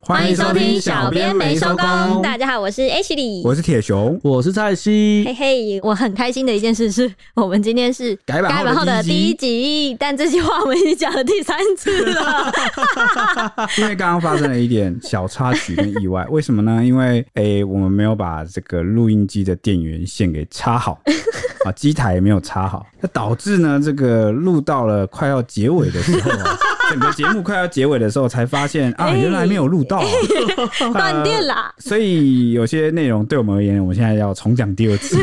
欢迎收听小编没收工大家好，我是 H 李。我是铁熊，我是蔡西嘿，嘿，我很开心的一件事是，我们今天是改版后的的第一第一集，但这句话我们已经讲了第三次 了。因为刚刚发生了一点小插曲跟意外，为什么呢？因为诶、我们没有把这个录音机的电源线给插 好啊，机台也没有插好，那导致呢这个录到了快要结尾的时候啊， 整个节目快要结尾的时候才发现啊，哎原来没有录到、啊，断电啦！所以有些内容对我们而言，我们现在要重讲第二 次。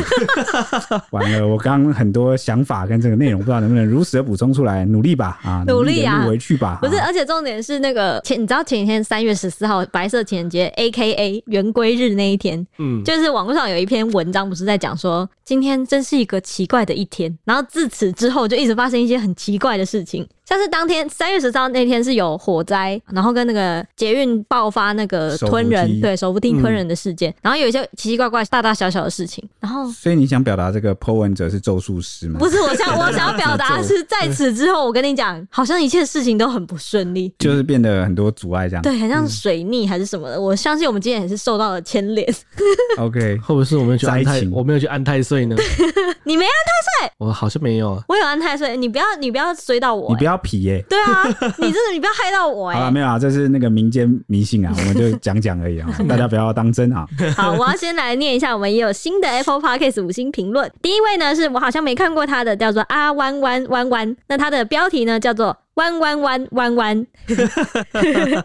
完了，我刚刚很多想法跟这个内容，不知道能不能如实的补充出来，努力吧 啊，努力力地啊录回去吧。不是，啊而且重点是那个前，你知道前几天三月十四号白色情人节 （A K A 圆规日）那一天，嗯，就是网络上有一篇文章，不是在讲说今天真是一个奇怪的一天。然后自此之后，就一直发生一些很奇怪的事情，像是当天三月十三号那天是有火灾，然后跟那个捷运爆发那个手扶吞梯嗯人，对手扶梯吞人的事件，然后有一些奇奇怪怪、大大小小的事情。然后所以你想表达这个 Po 文者是咒术师吗？不是 我想我想要表达的是，在此之后，我跟你讲，好像一切事情都很不顺利。就是变得很多阻碍这样。对，很像水逆还是什么的，我相信我们今天也是受到了牵连。 ，OK，会不会是我们有去灾安泰情，我没有去安泰税呢？你没安太岁，我好像没有啊。我有安太岁，你不要你不要追到我、你欸不要皮耶、对啊，你真的你不要害到 我好了，哎、没有啊，这是那个民间迷信啊，我们 就讲讲而已啊，大家不要当真啊。好，我要先来念一下，我们也有新的 Apple Podcast 五星评论。第一位呢，是我好像没看过他的，叫做啊弯弯弯弯。那他的标题呢，叫做。弯弯弯弯弯，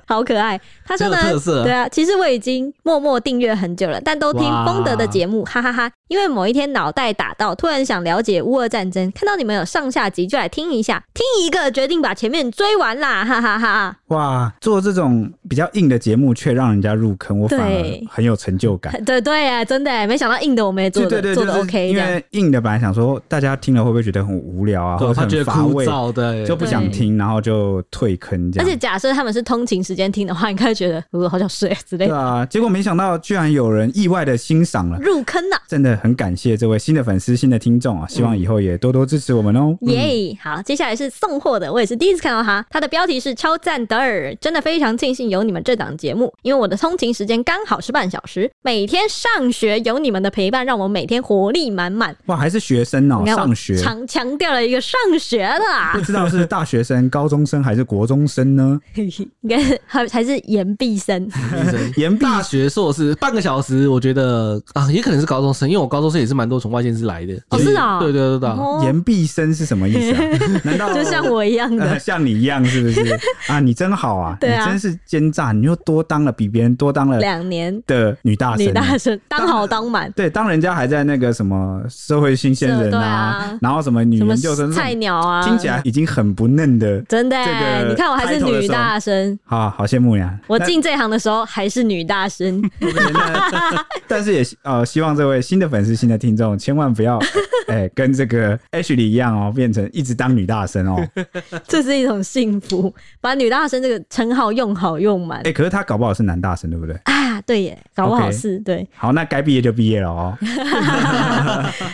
好可爱！他说呢真有特，色对啊，其实我已经默默订阅很久了，但都听哇风德的节目，哈哈哈因为某一天脑袋打到，突然想了解乌俄战争，看到你们有上下集，就来听一下，听一个决定把前面追完啦， 哈哈哈哇，做这种比较硬的节目却让人家入坑，我反而对很有成就感。对对啊，真的耶，没想到硬的我们也做对的对对，做就的是 OK 因这样。为硬的本来想说大家听了会不会觉得很无聊啊，对或者他觉很得乏枯味，燥的，就不想对听，然后就退坑这而样且。假设他们是通勤时间听的话，应该觉得呃我好想睡之对类的，啊，结果没想到居然有人意外的欣赏了，入坑啊了。真的很感谢这位新的粉丝、新的听嗯众啊！希望以后也多多支持我们哦。耶、好，接下来是送货的，我也是第一次看到他，他的标题是超赞的儿，真的非常庆幸有你们这档节目，因为我的通勤时间刚好是半小时，每天上学有你们的陪伴，让我每天活力满满。哇，还是学生哦，你看，上学强强调了一个上学的啊不， 知道是大学生、高中生还是国中生 呢？应该是还还是研毕生， 岩壁大学硕士半个小时，我觉得啊，也可能是高中生，因为我高中生也是蛮多从外县市来的。哦所以是啊对对对对对，哦，岩壁生是什么意思啊？难道就像我一样的 呃。像你一样是不是啊？你真好啊，对啊你真是奸诈，你又多当了比别人多当了两年的女大女生。啊大生当好当满，对，当人家还在那个什么社会新鲜人对啊，啊然后什么 女什么研究生，菜鸟啊，听起来已经很不嫩的，真的欸、这个你看我还是女大生，好好羡慕啊呀。我但进这行的时候还是女大生，对那 但是也呃，希望这位新的粉丝、新的听众，千万不 要哎、跟这个 H 里一样哦，变成一直当女大生哦。 这是一种幸福。把女大生这个称号用好用满哎、可是他搞不好是男大生，对不对？啊，对耶，搞不好 OK 是对。好，那该毕业就毕业了 哦。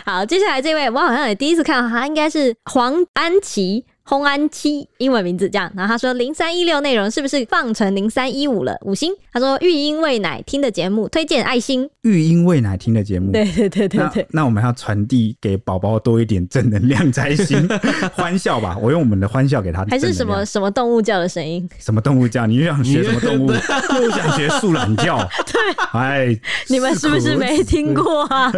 好，接下来这位我好像也第一次看到他，应该是黄安琪。红安七英文名字这样，然后他说零三一六内容是不是放成零三一五了？五星，他说育婴喂奶听的节目推荐爱心，育婴喂奶听的节目，对对对对那对，那我们要传递给宝宝多一点正能量才 行，欢笑吧，我用我们的欢笑给他正能还量。是什么什么动物叫的声音？什么动物叫？你又想学什么动物？又想学树懒 叫？对，哎，啊你们是不是没听过啊？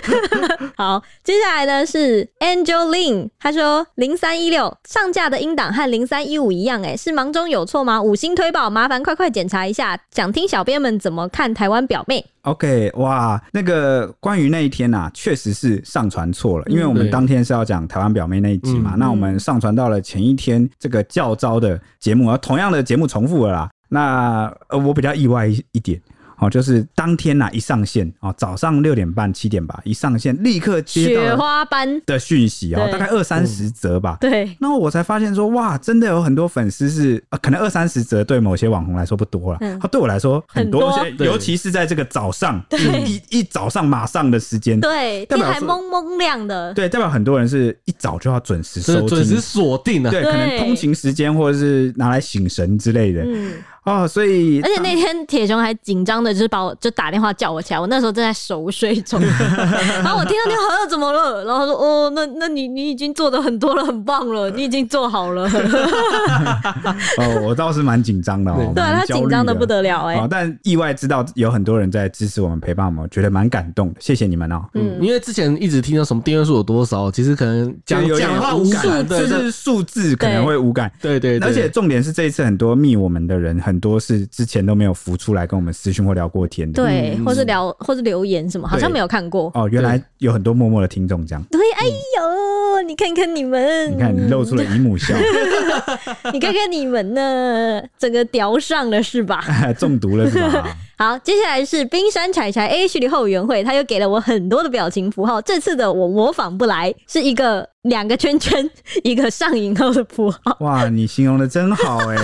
好，接下来呢是 Angeline，她说零三一六上架的音档和零三一五一样、欸，是忙中有错吗？五星推爆，麻烦快快检查一下，想听小编们怎么看台湾表妹。 OK，哇，那个关于那一天啊，确实是上传错了，嗯因为我们对当天是要讲台湾表妹那一集嘛，嗯那我们上传到了前一天这个较招的节目，而同样的节目重复了啦。那呃，我比较意外一一点。哦，就是当天呐、一上线哦，早上六点半七点吧，一上线立刻接雪到了花班，的讯息哦，对大概二三嗯十则吧。对，然后我才发现说，哇，真的有很多粉丝是、呃可能二三十折，对某些网红来说不多了，嗯他对我来说很多，很多而且对尤其是在这个早上，一一早上马上的时间，对，代天表还是蒙蒙亮的，对，代表很多人是一早就要准时收听，准准时锁定了。啊对，对可能通勤时间或者是拿来醒神之类的。嗯，哦，所以而且那天铁熊还紧张的，就是把我就打电话叫我起来，我那时候正在熟睡中， 然后我听到电话怎么了，然后说哦，那那你你已经做的很多了，很棒了，你已经做好了，啊哦，我倒是蛮紧张的哦， 对啊，他蛮焦虑紧张的不得了哎、哦，但意外知道有很多人在支持我们、陪伴我们，我觉得蛮感动的，谢谢你们哦。嗯，因为之前一直听到什么订阅数有多少，其实可能讲就有点讲话无无感，就对是数字可能会无感。对对对，而且重点是这一次很多密我们的人，很多是之前都没有浮出来跟我们私讯或聊过天的。对，或是聊或是留言什么，好像没有看过。哦，原来有很多默默的听众这样。对，哎呦，你看看你们，嗯你看，你露出了姨母笑， 你看看你们呢，整个屌上了是吧？中毒了是 吧？好，接下来是冰山柴柴 A H 的后援会，他又给了我很多的表情符号。这次的我模仿不来，是一个两个圈圈，一个上瘾后的符号。哇，你形容的真好 哎、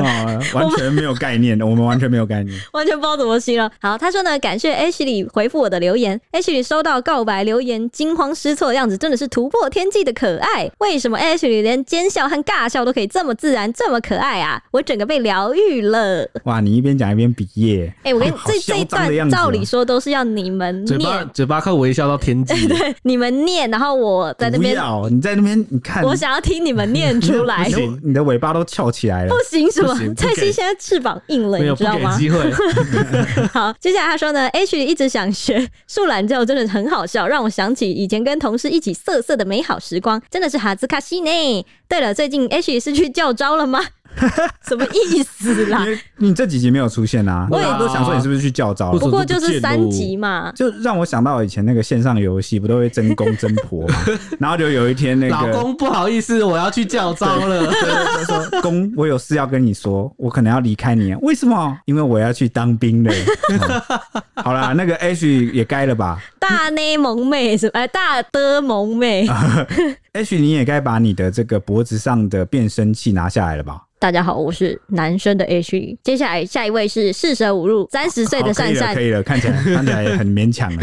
啊，完全没有概念，我们完全没有概念。完全不知道怎么形容。好，他说呢，感谢 H 里回复我的留言，H 里收到告白留言惊慌失措的样子，真的是突破天际的可爱。为什么 H 里连奸笑和尬笑都可以这么自然，这么可爱啊？我整个被疗愈了。哇，你一边讲一边比耶，哎、我跟你好这嚣这一张的样段，子哦照理说都是要你们嘴巴念，嘴巴快微笑到 天际，你们念，然后我在那不边，要你在那边，你看，我想要听你们念出 来哎你。的你的尾巴都翘起来了不。行，什么不行？不蔡给西现在翅膀硬了，没你有知不道给吗？机会， 好，接下来他说呢，H 一直想学树懒教，真的很好笑，让我想起以前跟同事一起色色的美好时光，真的是哈兹卡西呢。对了，最近 H 是去教招了吗？ 什么意思 啦因？为你这几集没有出现啊，我也大家都想说你是不是去教招不了是不？过就是这不见三喽级嘛，就让我想到以前那个线上游戏，不都会争公争婆 嘛？然后就有一天 那老个公不好意思，我要去叫招 了。他说：“公，我有事要跟你说，我可能要离开你。为什么？因为我要去当兵 了。嗯好啦，那个 H 也该了吧大内萌妹什么？哎，大的萌妹。啊？H 你也该把你的这个脖子上的变声器拿下来了吧？大家好，我是男生的 H E。接下来下一位是四舍五入三十岁的好可以善了善可，以了，看起 来看起来也很勉强了。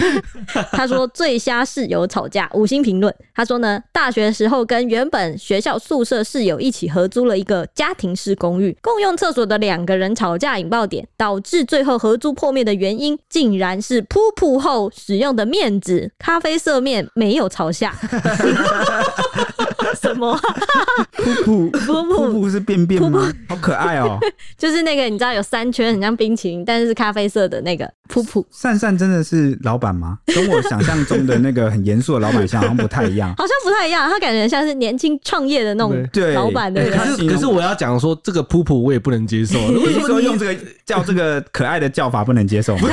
他说最瞎室友吵架，五星评论。他说呢，大学时候跟原本学校宿舍室友一起合租了一个家庭式公寓，共用厕所的两个人吵架引爆点，导致最后合租破灭的原因，竟然是噗噗后使用的面纸咖啡色面没有朝下。 什么啊、噗噗噗噗是便便吗？好可爱哦！就是那个你知道有三圈很像冰淇淋，但是是咖啡色的那个噗噗，善善真的是老板吗？跟我想象中的那个很严肃的老板像好像不太一样。好像不太一样，他感觉像是年轻创业的那种对老板的哎人。他可是可是我要讲说，这个噗噗我也不能接受。啊 如果你是说用这个叫这个可爱的叫法不能接受吗？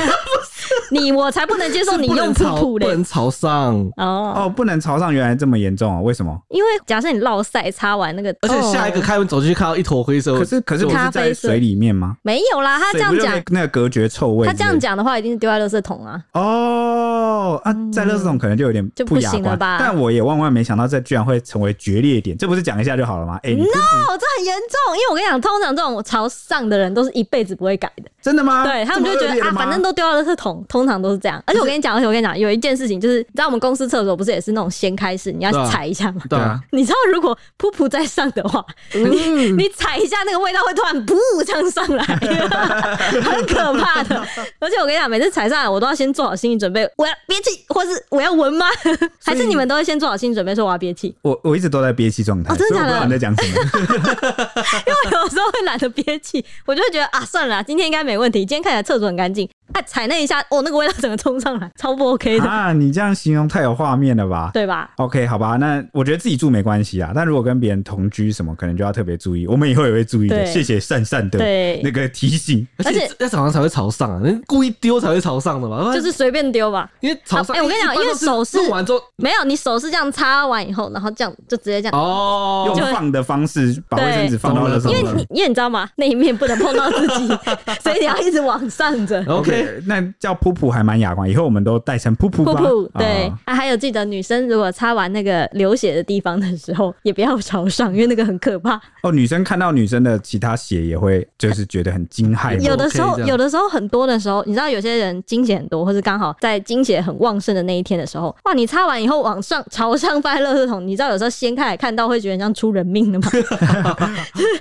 你我才不能接受你不能用噗朝噗 不嘞。能朝上，哦，哦，不能朝上，原来这么严重哦？为什么？因为假设你落晒擦完那个，而且下一个哦开门走进去看到一坨灰色，啊可是可是就不咖是啡在色水里面吗？没有啦，他这水样不就讲那，那个隔绝臭味他之类的，这样讲的话，一定是丢在垃圾桶啊。嗯哦啊，在垃圾桶可能就有点嗯就不雅行了观吧但我也万万没想到，这居然会成为决裂点，这不是讲一下就好了吗？哎、你哦，这很严重，因为我跟你讲，通常这种朝上的人都是一辈子不会改的，真的吗？对他们就会觉这么恶劣得啊，吗反正都丢到垃圾桶，通常都是这样。而且我跟你讲，而且我跟你讲，有一件事情就是，你知道我们公司厕所不是也是那种掀开式，你要对啊踩一下吗？对啊， 你知道如果噗噗在上的话，你你踩一下那个味道会突然噗这样上来， 很可怕的。而且我跟你讲，每次踩上来我都要先做好心理准备，我要憋气，或是我要闻吗？ 还是你们都会先做好心理准备，说我要憋气？我我一直都在憋气状态，哦真的所以我不知假道的你在讲什 么。因为有时候会懒得憋气，我就会觉得啊，算了啦，今天应该没问题。今天看起来厕所很干净，啊，踩那一下，哦，那个味道整个冲上来，超不 OK 的，啊，你这样形容太有画面了吧？对吧？ OK，好吧，那我觉得自己住没关系啊，但如果跟别人同居什么，可能就要特别注意。我们以后也会注意的，对谢谢善善的对那个提 醒。而而且且在早上才会朝上啊，那故意丢才会朝上的嘛，就是随便丢吧，因为朝上。啊哎我跟你讲一般都因为手是弄完之后没有，你手是这样擦完以后，然后这样就直接这样。用哦，放的方式把卫生纸 放到垃圾对桶因为上 你，因为你知道吗？那一面不能碰到自己，所以你要一直往上着。 OK 对，那叫噗噗还蛮雅观，以后我们都代称噗噗噗吧。噗，啊对、啊，还有记得女生如果擦完那个流血的地方的时候，也不要朝上，因为那个很可怕。哦，女生看到女生的其他血也会就是觉得很惊骇嘛。有的时候 OK 这，样有的时候很多的时候，你知道有些人经血很多，或是刚好在经血很旺盛的那一天的时候，哇，你擦完以后往上朝上放在垃圾桶，你知道有时候掀开来看到会觉得像出人命的 吗？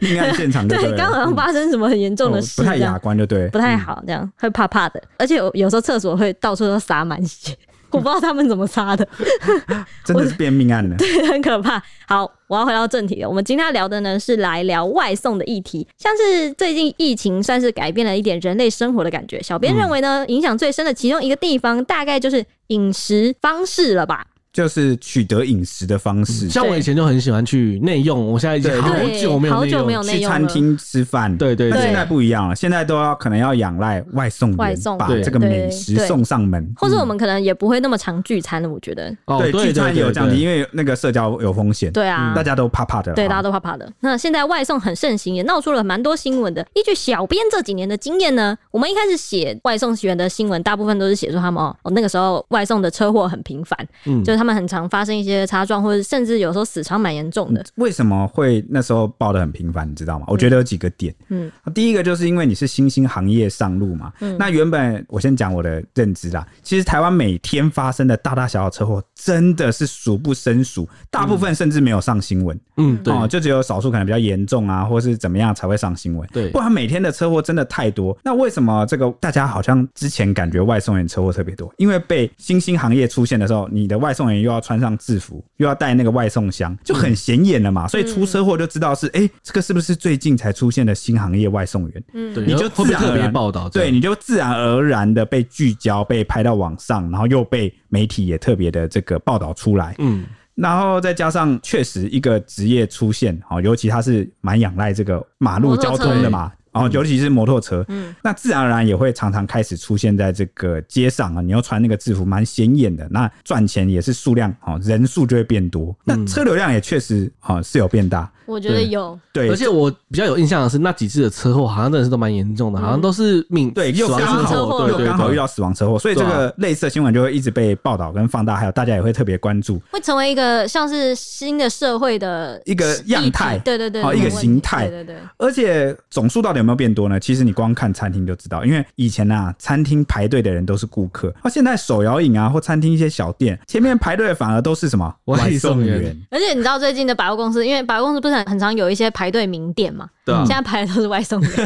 命案现场就对，了刚好像发生什么很严重的哦事，不太这样雅观，就对。不嗯太好，这样会怕怕的。而且有有时候厕所会到处都洒满血，我不知道他们怎么擦的， 真的是变命案了。很可怕。好，我要回到正题了。我们今天要聊的呢是来聊外送的议题，像是最近疫情算是改变了一点人类生活的感觉。小嗯编认为呢，影响最深的其中一个地方，大概就是饮食方式了吧。就是取得饮食的方式，像我以前就很喜欢去内用，我现在已经对好对久没有好内久没有用，内去用餐了。厅吃饭。对对但对现在不一样了，现在都要可能要仰赖外送员外送把对这个美食对送上门，嗯或者嗯我们可能也不会那么常聚餐了，我觉得，哦，对，聚对餐对，嗯有降低，为因为那个社交有风险，对啊，大家都怕怕的啦。对，大家都怕怕的。那现在外送很盛行，也闹出了蛮多新闻的。依据小编这几年的经验呢，我们一开始写外送员的新闻，大部分都是写说他们哦， 哦那个时候外送的车祸很频繁，嗯就是他们很常发生一些擦撞，或者甚至有时候死伤蛮严重的。为什么会那时候报的很频繁，你知道吗？我觉得有几个点。啊嗯，第一个就是因为你是新兴行业上路嘛。嗯那原本我先讲我的认知啦，其实台湾每天发生的大大小小车祸真的是数不胜数，大部嗯分甚至没有上新闻、嗯对哦，就只有少数可能比较严重啊，或是怎么样才会上新闻。对不然每天的车祸真的太多。那为什么这个大家好像之前感觉外送员车祸特别多？因为被新兴行业出现的时候，你的外送员又要穿上制服，又要带那个外送箱，就很显眼嗯了嘛。所以出车祸就知道是哎、诶这个是不是最近才出现的新行业外送员？对，你就会自被然特而别然报道，这对，样你就自然而然的被聚焦、被拍到网上，然后又被媒体也特别的这个报道出来。嗯然后再加上确实一个职业出现，哦，尤其它是蛮仰赖这个马路交通的嘛，哦，尤其是摩托车，嗯那自然而然也会常常开始出现在这个街上啊，你又穿那个制服，蛮显眼的，那赚钱也是数量哦，人数就会变多，嗯那车流量也确实哦是有变大，我觉得对有，对，而且我比较有印象的是那几次的车祸，好像真的是都蛮严重的，好像都是命嗯对，又死刚亡车车好祸对又对刚好对啊遇到死亡车祸，所以这个类似的新闻就会一直被报道跟放大，还有大家也会特别关注。会成为一个像是新的社会的一个样态议题对对对，哦没一有个问形题态对对对，而且总数到底有没有变多呢？其实你光看餐厅就知道，因为以前啊，餐厅排队的人都是顾客，那、现在手摇饮啊或餐厅一些小店前面排队的反而都是什么外送员员。，而且你知道最近的百货公司，因为百货公司不是很很常有一些排队名店嘛，对啊现在排的都是外送员，是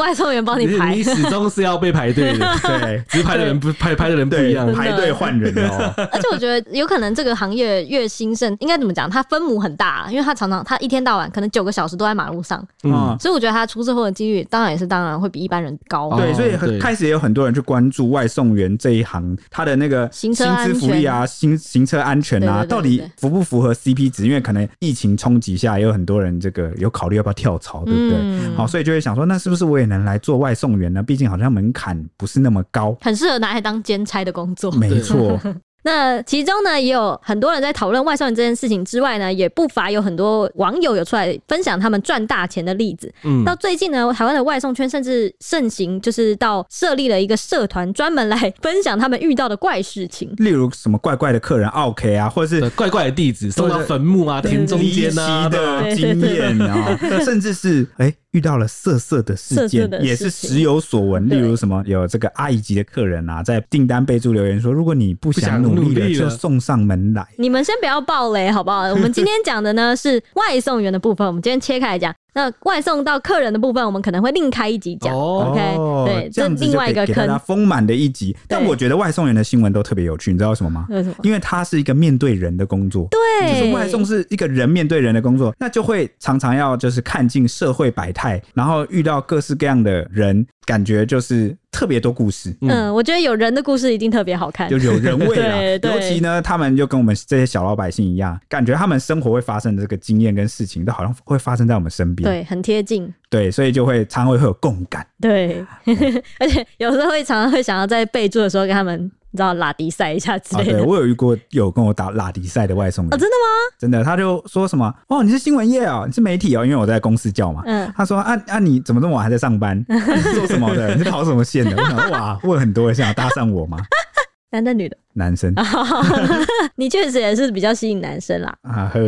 外送员帮你排你。始终是要被排队 的 对只是排的人不排排的人不一对样，，排队换人哦。而且我觉得有可能这个行业越兴盛，应该怎么讲？它分母很大啊、因为它常常它一天到晚可能九个小时都在马路上，嗯所以我觉得它出车祸的几率当然也是当然会比一般人高。哦对，所以很对开始也有很多人去关注外送员这一行，他的那个行薪车安资全福利啊、行行车安全啊，对对对到对底符不符合 CP 值？因为可能疫情冲击下，也有很多人这个有考虑要不要跳槽，对不对？嗯好，所以就会想说，那是不是我也能来做外送员呢？毕竟好像门槛不是那么高。很适合拿来当兼差的工哦作。没 错，那其中呢，也有很多人在讨论外送人这件事情之外呢，也不乏有很多网友有出来分享他们赚大钱的例子。嗯到最近呢，台湾的外送圈甚至盛行，就是到设立了一个社团，专门来分享他们遇到的怪事情。例如什么怪怪的客人 OK 啊，或者对是。怪怪的地址送到坟墓啊、听田中间啊，的对经验啊， 甚至是哎、遇到了色色的事色色件，的也是事情时有所闻。例对如什么有这个阿姨级的客人啊，在订单备注留言说，如果你不不想想努努力了，力就了送上门来。你们先不要爆雷好 不好？我们今天讲的呢是外送员的部分，我们今天切开来讲。那外送到客人的部分，我们可能会另开一集讲。哦 OK，对，这样子另就外一可个以给大家坑。丰满的一集。但对嗯我觉得外送员的新闻都特别有趣，你知道为什么吗？为什么？因为它是一个面对人的工作。就对，嗯是外送是一个人面对人的工作，那就会常常要就是看尽社会百态，然后遇到各式各样的人，感觉就是特别多故事，嗯，我觉得有人的故事一定特别好看就。有人味 对啦。对尤其呢，他们就跟我们这些小老百姓一样，感觉他们生活会发生的这个经验跟事情，都好像会发生在我们身边。对，很贴近。对所以就会常会会有共感。 对，而且有时候会常常会想要在备注的时候跟他们你知道拉迪赛一下之啊，类对的。我有遇过有跟我打拉迪赛的外送人，哦，真的吗？真的，他就说什么哦，你是新闻业哦，你是媒体哦，因为我在公司叫嘛。嗯他说啊啊，你怎么这么晚还在上 班？你是做什么的？ 你是跑什么线的？我想哇，问很多人想要搭上我吗？男的女的？男生啊你确实也是比较吸引男 生啦，啊呵，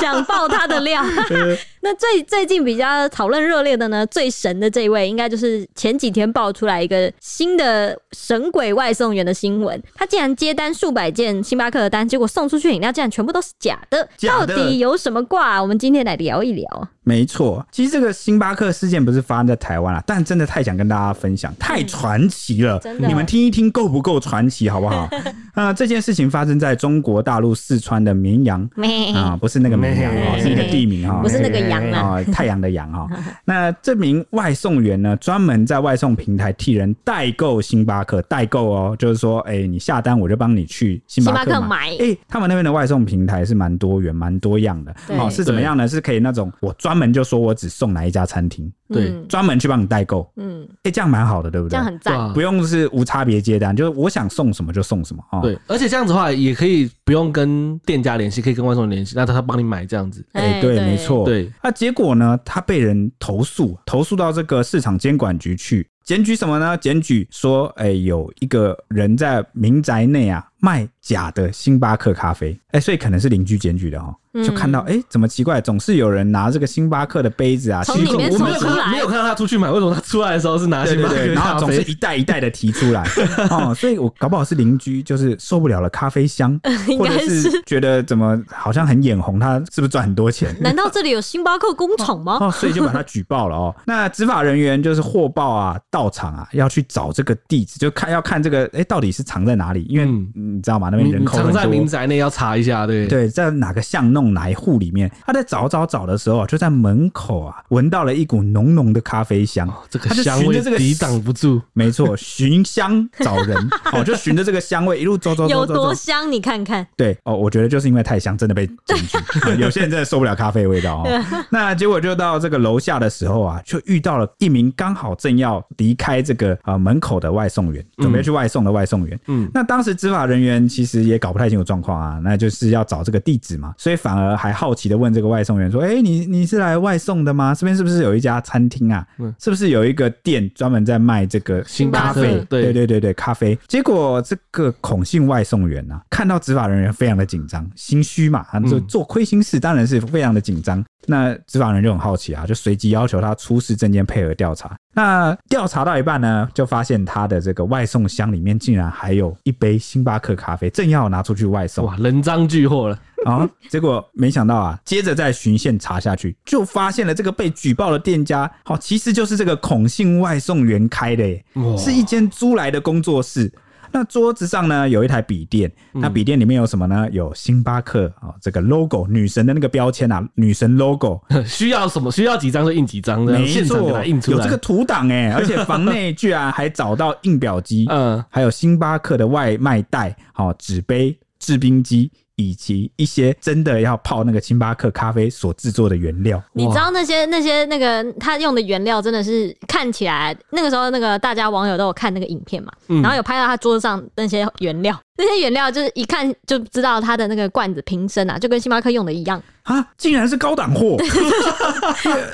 想爆他的料。嗯 那最最近比较讨论热烈的呢，最神的这一位，应该就是前几天爆出来一个新的神鬼外送员的新闻，他竟然接单数百件星巴克的单，结果送出去饮料竟然全部都是假的，假的啊到底有什么挂、我们今天来聊一聊。没错。其实这个星巴克事件不是发生在台湾啦，啊但真的太想跟大家分享，太传奇了。嗯真的你们听一听够不够传奇，好不 好？啊、这件事情发生在中国大陆四川的绵阳咩，啊、不是那个绵阳哦，是一个地名哈、哎不是那个羊啊，啊、太阳的阳哈、 那这名外送员呢，专门在外送平台替人代购星巴克，代购哦，就是说，哎、你下单我就帮你去星巴星巴克买。买哎、他们那边的外送平台是蛮多元、蛮多样的。对哦，是怎么样呢？是可以那种我专门就说我只送哪一家餐厅，对嗯专门去帮你代购。嗯，哎、这样蛮好的，对不这对样？很对赞。啊不用是无差别接单，就是我想送什么就送什么哦。，对，而且这样子的话也可以不用跟店家联系，可以跟外送员联系，那他帮你买这样子。哎、对，没错。对，啊，结果呢，他被人投诉，投诉到这个市场监管局去检举什么呢？检举说，哎、有一个人在民宅内啊卖假的星巴克咖啡，哎、所以可能是邻居检举的哦，嗯就看到，哎、怎么奇怪，总是有人拿这个星巴克的杯子啊，从去里面我没有走出看来到，没有看到他出去买，为什么他出来的时候是拿对星对巴对，克然后咖总是啡？一袋一袋的提出 来哦，所以我搞不好是邻居，就是受不了了咖啡香， 应或者该是是觉得怎么好像很眼红，他是不是赚很多钱？难道这里有星巴克工厂吗？ 哦，所以就把他举报了 哦。那执法人员就是获报啊，到场啊，要去找这个地址，就看要看这个哎、诶到底是藏在哪里，因为、嗯你知道吗，那边你人你口藏在很民多。宅内要查一下，对对，在哪个巷弄哪一户里面，他在找找找的时候啊，就在门口啊，闻到了一股浓浓的咖啡香。这个他就香循味着这个抵挡不住。没错，寻香找 人，哦，就循着这个香味一路走走有走走多走。香？你看看，对，哦，我觉得就是因为太香，真的被检 举。有些人真的受不了咖啡味道哦。那结果就到这个楼下的时候啊，就遇到了一名刚好正要离开这个呃门口的外送员，准备去外送的外送员。嗯，那当时执法人员其实也搞不太清楚状况啊，那就是要找这个地址嘛，所以反而还好奇的问这个外送员说：“哎、你你是来外送的吗？这边是不是有一家餐厅啊？嗯是不是有一个店专门在卖这个星巴咖克啡？对对对对对，咖啡。”结果这个孔姓外送员啊，看到执法人员非常的紧张，心虚嘛，他就嗯做亏心事，当然是非常的紧张。那执法人就很好奇啊，就随即要求他出示证件配合调查。那调查到一半呢，就发现他的这个外送箱里面竟然还有一杯星巴克咖啡，正要拿出去外送哇，人赃俱获了。 啊、结果没想到啊，接着再循线查下去，就发现了这个被举报的店家，好、其实就是这个孔姓外送员开的耶，哇是一间租来的工作室。那桌子上呢有一台笔电，嗯那笔电里面有什么呢？有星巴克啊、哦这个 logo 女神的那个标签啊，女神 logo，需要什么？需要几张就印几张，这样没现场给错，他印出有来。这个图档哎，而且房内居然还找到印表 机，嗯，还有星巴克的外卖袋、好、纸杯、制冰机，以及一些真的要泡那个星巴克咖啡所制作的原料。你知道那些那些那个他用的原料真的是看起来，那个时候那个大家网友都有看那个影片嘛，嗯然后有拍到他桌子上那些原料，那些原料就是一看就知道他的那个罐子瓶身啊，就跟星巴克用的一样，啊，竟然是高档货！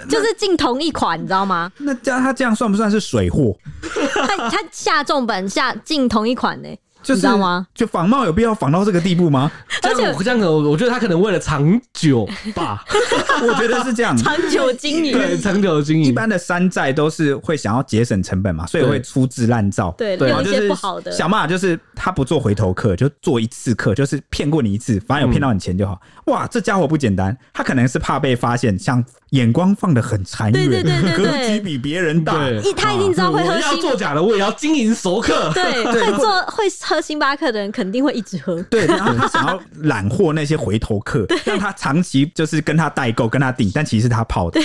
就是进同一款，你知道吗？那这样他这样算不算是水货？他他下重本下进同一款呢、就是你知道吗？就仿冒有必要仿到这个地步吗？这而且样我这样我我觉得他可能为了长久 吧，我觉得是这样。长久经营， 对长久的经一营。般的山寨都是会想要节省成本嘛，所以对会粗制滥造。对，对然用后一就些是不好的，想办法，就是他不做回头客，就做一次客，就是骗过你一次，反正有骗到你钱就好。嗯哇，这家伙不简单，他可能是怕被发现，像眼光放得很长远，对对对 对对格局比别人大。对一他一定知道会喝啊我要星，做假的，我也要经营熟 客。对，会做会喝星巴克的人肯定会一直喝， 对，然后他想要揽获那些回头客，让他长期就是跟他代购、跟他订，但其实是他泡的。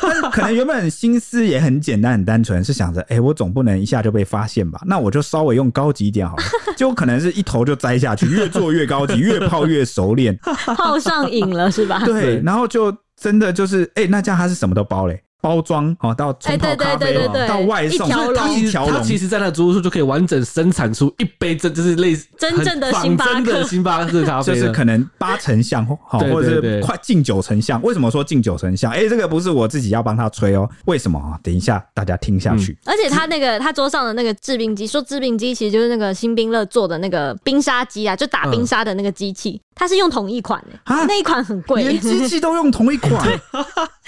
但是可能原本心思也很简单、很单纯，是想着，哎、我总不能一下就被发现吧？那我就稍微用高级一点好 了。结果可能是一头就栽下去，越做越高级，越泡越熟 练，泡上瘾了是吧？对，然后就真的就是，哎、那这样他是什么都包嘞。包装哦，到冲泡哎对对咖啡，对对对到外送，一条龙它其一实条它龙。其实，在那个植物树就可以完整生产出一杯真就是类似真正的很星巴克仿真的星巴克咖就啡是了，可能八成 像，好，嗯对对或者对是快近九成像。为什么说近九成像？哎、这个不是我自己要帮他吹哦。为什么啊？等一下大家听下去。而且他那个他桌上的那个制冰机，说制冰机其实就是那个新冰乐做的那个冰沙机啊，就打冰沙的那个机器，它是用同一款诶、嗯啊那一款很连贵。机器都用同一 款，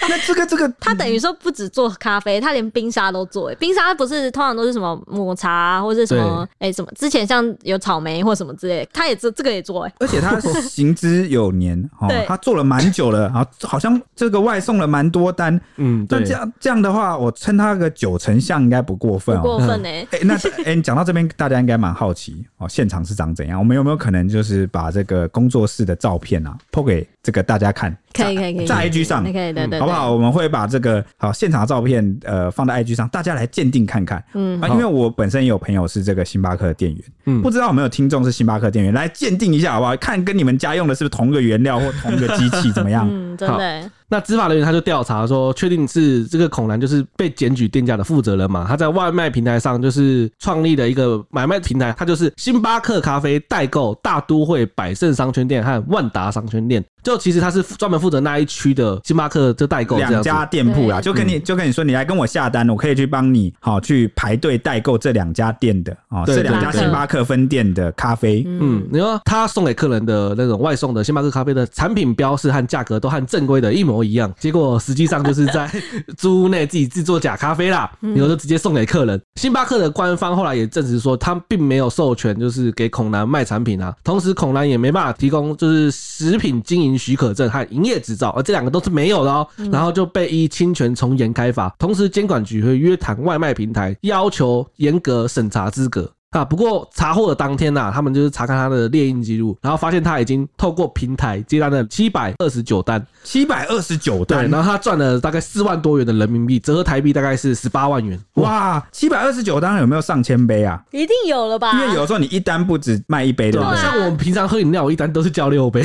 那这个这个 它等于说不止做咖啡，它连冰沙都做、欸。冰沙不是通常都是什么抹茶、啊、或者什么哎、什么，之前像有草莓或什么之类的，它也做这个也做哎、而且他行之有年，哦对，他做了蛮久了，啊，好像这个外送了蛮多单。嗯，那对这，样这样的话，我称他个九成像应该不过分不过哦。分哎、哎、那哎，你讲到这边，大家应该蛮好奇哦，现场是长怎样？我们有没有可能就是把这个工作室的照片啊，抛给这个大家看？可以可以可以，在 IG 上嗯可以可以对对对，好不好？我们会把这个好现场的照片呃放在 IG 上，大家来鉴定看看。嗯啊，因为我本身也有朋友是这个星巴克的店员，嗯不知道有没有听众是星巴克店员，来鉴定一下好不好？看跟你们家用的是不是同个原料或同个机 器，怎么样？嗯，真的、欸，那执法人员他就调查说，确定是这个孔南就是被检举店家的负责人嘛？他在外卖平台上就是创立了一个买卖平台，他就是星巴克咖啡代购大都会百盛商圈店和万达商圈店，就其实他是专门负责那一区的星巴克这代购这两样子。嗯家店铺啦，啊对就跟你就跟你说，你来跟我下单，我可以去帮你好去排队代购这两家店的啊，哦对这两家对对星巴克分店的咖啡。嗯，你说他送给客人的那种外送的星巴克咖啡的产品标示和价格都和正规的一模一样，结果实际上就是在租屋内自己制作假咖啡啦，然后就直接送给客人。星巴克的官方后来也证实说，他并没有授权就是给孔南卖产品啊，同时孔南也没办法提供就是食品经营许可证和营业执照，而这两个都是没有的哦，然后就被依侵权从严开罚，同时监管局会约谈外卖平台，要求严格审查资格。啊，不过查获的当天呐、他们就是查看他的猎鹰记录，然后发现他已经透过平台接单了七百二十九单，七百二十九对，单，然后他赚了大概四万多元的人民币，折合台币大概是十八万元。哇，哇，七百二十九单有没有上千杯啊？一定有了吧？因为有时候你一单不止卖一杯，对不对对？啊像我们平常喝饮料，我一单都是叫六 杯，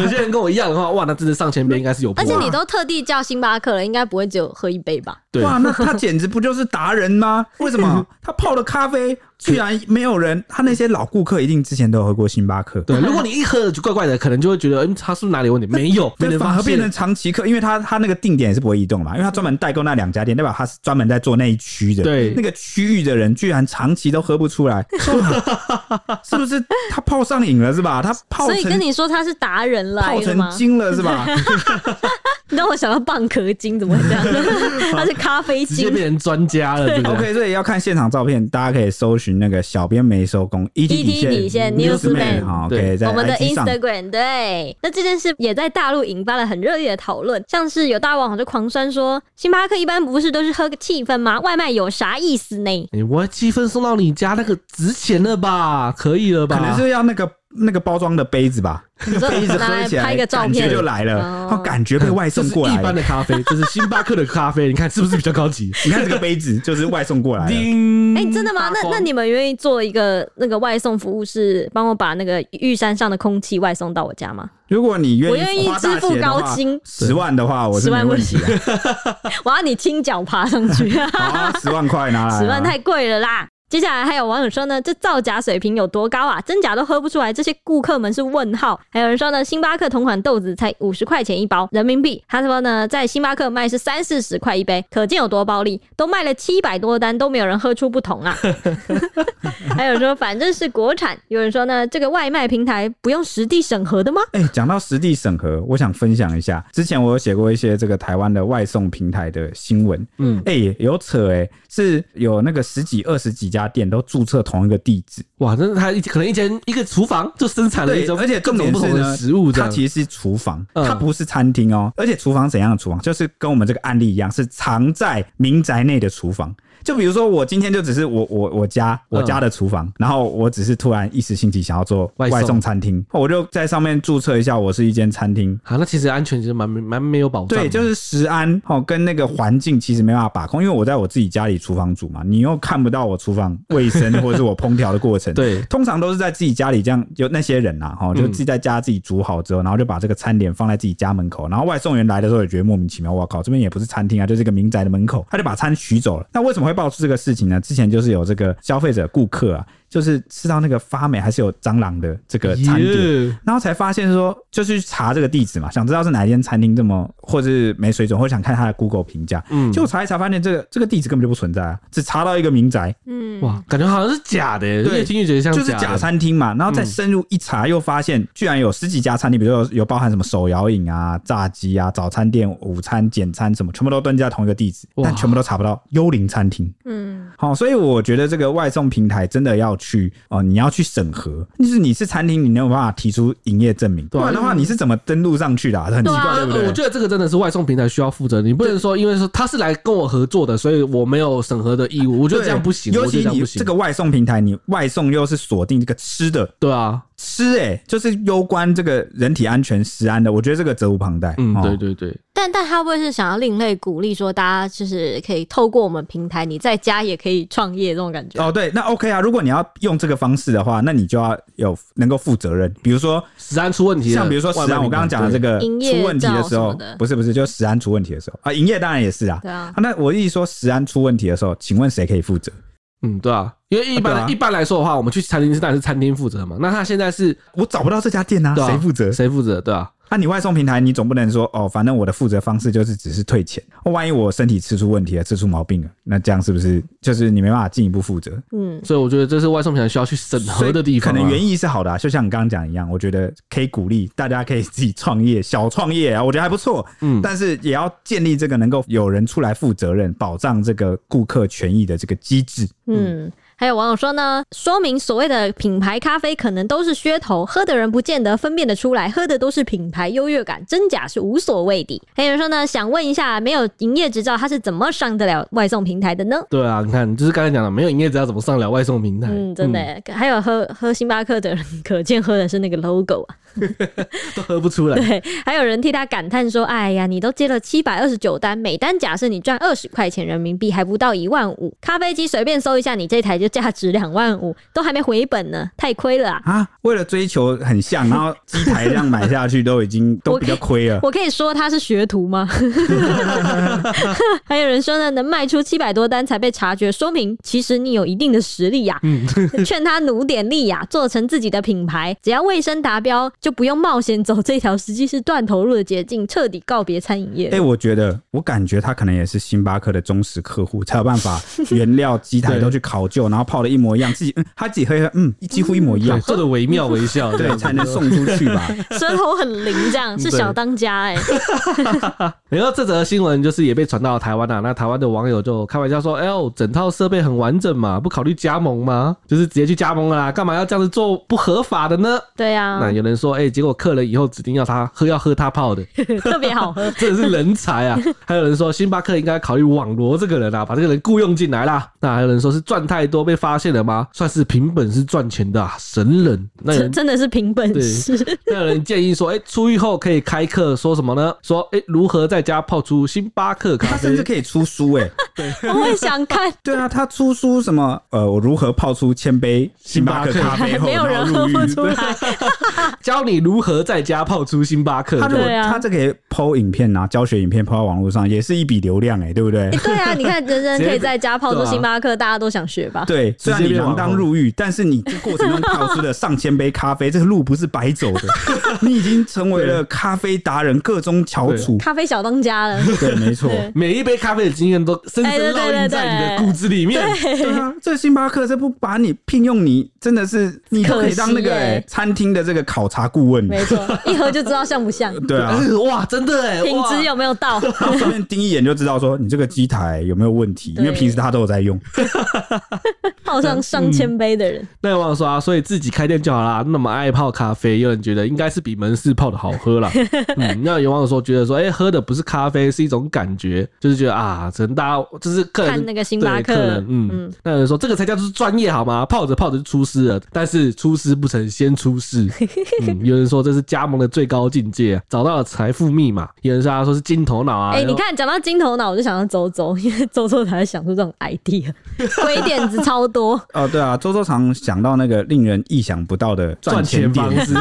有些人跟我一样的话，哇，那真的上千杯应该是有啊破而万。且你都特地叫星巴克了，应该不会只有喝一杯吧？对，哇，那他简直不就是达人 吗？为什么他泡的咖啡居然没有人？他那些老顾客一定之前都有喝过星巴克，对，如果你一喝就怪怪的，可能就会觉得，嗯，他是不是哪里有问题？没有，没对，人反发而变成现。长期客，因为他他那个定点也是不会移动嘛，因为他专门代购那两家店，代表他是专门在做那一区的，对那个区域的人居然长期都喝不出来，是不是他泡上瘾了是吧？他泡所以跟成你说他是达人来泡的成吗？精了是吧？你让我想到蚌壳精，怎么会 这样？他是咖啡直接精，变成专家了，对不对 OK，所以要看现场照片，大家可以搜寻那个“小编没收工 ”ET ET 底线 Newsman 好对，OK，在我们的 IG 上 Instagram 对，那这件事也在大陆引发了很热烈的讨论，像是有大网友就狂酸说，星巴克一般不是都是喝个气氛吗？外卖有啥意思呢？哎我积分送到你家，那个值钱了吧？可以了吧？可能是要那个那个包装的杯子吧，你说杯子拿喝来起来拍个照感片觉就来了，哦哦，感觉被外这送是过一来般了。的咖啡，这是星巴克的咖啡，你看是不是比较 高级？你看这个杯子就是外送过来了，叮！哎、真的吗？那那你们愿意做一个那个外送服务，是帮我把那个玉山上的空气外送到我家吗？如果你愿我愿意花大支付钱的高话薪十万的话，我是10万没问题的。我要你轻脚爬上去，好啊，十万块拿来啊，十万太贵了啦。接下来还有网友说呢，这造假水平有多高啊？真假都喝不出来，这些顾客们是问号。还有人说呢，星巴克同款豆子才五十块钱一包人民币，他说呢，在星巴克卖是三四十块一杯，可见有多暴利。都卖了七百多单，都没有人喝出不同啊。 还有人说，反正是国产。有人说呢，这个外卖平台不用实地审核的吗？哎，讲到实地审核，我想分享一下，之前我有写过一些这个台湾的外送平台的新闻，嗯嗯，哎、有扯哎、是有那个十几、二十几家店都注册同一个地址，哇，那他一可能一间一个厨房就生产了一对，种，而且各重种点不是同的呢，食物这它样。其实是厨房，嗯它不是餐厅哦，而且厨房怎样的厨房，就是跟我们这个案例一样，是藏在民宅内的厨房。就比如说我今天就只是我我我家嗯我家的厨房，然后我只是突然一时兴起想要做外外送送餐厅，我就在上面注册一下我是一间餐厅。啊，那其实安全其实蛮蛮没有保障的。对，就是食安哦，跟那个环境其实没办法把控，因为我在我自己家里厨房煮嘛，你又看不到我厨房卫 生或者是我烹调的过程。对嗯通常都是在自己家里这样，有那些人呐、啊，哈，就自己在家自己煮好之后，然后就把这个餐点放在自己家门口，然后外送员来的时候也觉得莫名其妙，我靠，这边也不是餐厅啊，就是一个民宅的门口，他就把餐取走了。那为什么会爆出这个事情呢？之前就是有这个消费者顾客啊，就是吃到那个发霉还是有蟑螂的这个餐点。耶然后才发现说，就去查这个地址嘛，想知道是哪一间餐厅这么或是没水准，或者想看他的 Google 评价。嗯结果查一查，发现这个这个地址根本就不存在啊，只查到一个民宅，嗯，哇，感觉好像是假的耶，对越听越觉得像就是的假餐厅嘛。然后再深入一查，又发现居然有十几家餐厅，比如说有有包含什么手摇饮啊、炸鸡啊、早餐店、午餐、简餐什么，全部都登记在同一个地址，哇但全部都查不到幽灵餐厅。嗯，好，所以我觉得这个外送平台真的要去哦、呃你要去审核，就是你是餐厅，你没有办法提出营业证明，不对啊然的话你是怎么登录上去的、啊？很奇对怪，啊对不呃我对？觉得这个真的是外送平台需要负责，你不能说因为说他是来跟我合作的，所以我没有审核的义务。我觉得这样不行，尤我觉得其这样你不行。这个外送平台，你外送又是锁定这个吃的，对啊，吃哎、就是攸关这个人体安全、食安的，我觉得这个责无旁贷。嗯，哦对对对，但但他会不会是想要另类鼓励说，大家就是可以透过我们平台，你在家也可以创业这种感觉？哦，对，那 OK 啊。如果你要用这个方式的话，那你就要有能够负责任。比如说，食安出问题了，像比如说食外卖安，我刚刚讲的这平台个营业出问题的照时什么候的，不是不是，就食安出问题的时候啊，营业当然也是啊。对啊啊，那我一说食安出问题的时候，请问谁可以负责？对，嗯，对啊，因为一啊对般啊一般来说的话，我们去餐厅是当然是餐厅负责嘛，那他现在是我找不到这家店啊，对啊谁负责？谁负责？对啊，那、你外送平台，你总不能说哦，反正我的负责方式就是只是退钱。哦万一我身体吃出问题了，吃出毛病了，那这样是不是就是你没办法进一步负责？嗯，所以我觉得这是外送平台需要去审核的地方啊。可能原意是好的、啊，就像你刚刚讲一样，我觉得可以鼓励大家可以自己创业，小创业啊，我觉得还不错。嗯但是也要建立这个能够有人出来负责任，保障这个顾客权益的这个机制。嗯，还有网友说呢，说明所谓的品牌咖啡可能都是噱头，喝的人不见得分辨得出来，喝的都是品牌优越感，真假是无所谓的。还有人说呢，想问一下，没有营业执照，他是怎么上得了外送平台的呢？对啊，你看，就是刚才讲的，没有营业执照怎么上了外送平 台？嗯，真的、耶还有喝喝星巴克的人，可见喝的是那个 logo 啊。都喝不出来。对，还有人替他感叹说：“哎呀，你都接了七百二十九单，每单假设你赚二十块钱人民币，还不到一万五。咖啡机随便搜一下，你这台就价值两万五，都还没回本呢，太亏了啊！啊，为了追求很像，然后机台这样买下去都已 经都比较亏 了。我可以说他是学徒吗？ 还有人说呢，能卖出七百多单才被察觉，说明其实你有一定的实力呀、 劝他努点力呀、做成自己的品牌，只要卫生达标，就不用冒险走这条实际是断头路的捷径，彻底告别餐饮业。哎、我觉得，我感觉他可能也是星巴克的忠实客户，才有办法原料机台都去考究，然后泡的一模一样，自己嗯，他自己会嗯，几乎一模一样对，，做的惟妙惟肖，这对，样子才能送出去 吧。舌头很灵，这样是对小当家哎、然后这则新闻就是也被传到台湾啊，那台湾的网友就开玩笑说：“哎呦，整套设备很完整嘛，不考虑加盟吗？就是直接去加盟啦、干嘛要这样子做不合法的呢？”对啊 那，有人说：“哎、结果客人以后指定要他喝，要喝他泡的，特别好喝。真的是人才啊！”还有人说：“星巴克应该考虑网罗这个人啊，把这个人雇佣进来啦。”那还有人说是赚太多被发现了吗？算是凭本事赚钱的、啊、神人。 那有真人真的是凭本对事，那有人建议说，哎、出狱后可以开课，说什么呢？说，哎、如何在家泡出星巴克咖他啡甚至？可以出书哎、 我会想看，对啊，他出书什么？呃，我如何泡出千杯星巴克咖啡后没有人然喝后入不狱？出来。啊教你如何在家泡出星巴克。他如果对啊他这个也剖影片啊，教学影片抛到网络上，也是一笔流量哎、对不对欸？对啊，你看人人可以在家泡出对啊星巴克，大家都想学 吧？对，虽然直你接变网锒红铛入狱，但是你这过程中泡出的上千杯咖啡，这个路不是白走的，你已经成为了咖啡达人，各中翘楚。咖啡小当家了。对，没错。对每一杯咖啡的经验都深哎对深烙印在你的骨子里面。对啊，这星巴克这不把你聘用你，真的是你都可以当那个、可惜欸哎餐厅的这个考察顾问。没错，一喝就知道像不像，对啊，哎哇，真的哎，品哇质有没有到？然后随便盯一眼就知道说你这个机台有没有问题，因对为平时他都有在用。泡上上千杯的人，那有网友说啊，所以自己开店就好啦。那么爱泡咖啡，有人觉得应该是比门市泡的好 喝啦。嗯，那有网友说觉得说，哎、喝的不是咖啡，是一种感觉，就是觉得啊，可能大家就是客人看那个星巴对克客人，嗯，嗯那有人说这个才叫做专业好吗？泡着泡着就出师了，但是出师不成先 出师。嗯，有人说这是加盟的最高境界、啊，找到了财富密码。有人说他说是金头脑啊，哎、有你看讲到金头脑，我就想到周周， 因为周周才会想出这种 idea，鬼点子超多。哦，对啊，周周常想到那个令人意想不到的赚钱钱方点式子，，